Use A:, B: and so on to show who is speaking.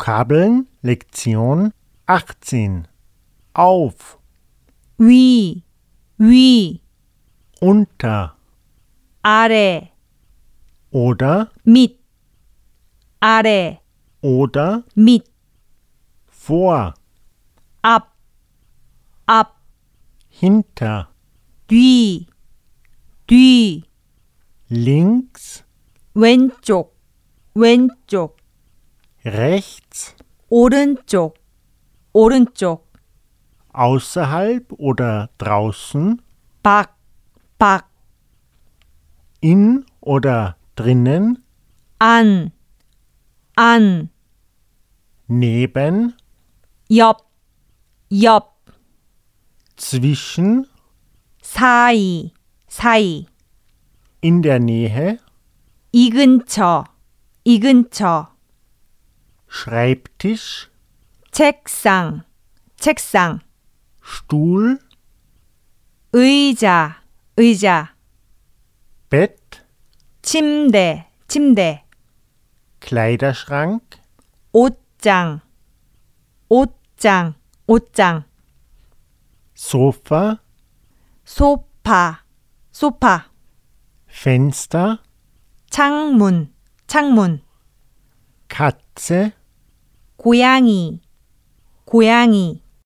A: Vokabeln Lektion 18 Auf,
B: 위, 위,
A: unter
B: 아래,
A: oder
B: 밑, 아래,
A: oder
B: 밑,
A: vor,
B: 앞, 앞,
A: hinter,
B: 뒤, 뒤,
A: links,
B: 왼쪽, 왼쪽,
A: rechts,
B: 오른쪽, 오른쪽,
A: außerhalb oder draußen,
B: 밖, 밖,
A: in oder drinnen,
B: 안, 안,
A: neben,
B: 옆, 옆,
A: zwischen,
B: 사이, 사이,
A: in der Nähe,
B: 이 근처, 이 근처,
A: Schreibtisch,
B: 책상, 책상.
A: Stuhl,
B: 의자, 의자,
A: Bett,
B: 침대, 침대,
A: Kleiderschrank,
B: 옷장, 옷장, 옷장,
A: Sofa,
B: 소파, 소파,
A: Fenster,
B: 창문, 창문,
A: Katze,
B: 고양이, 고양이,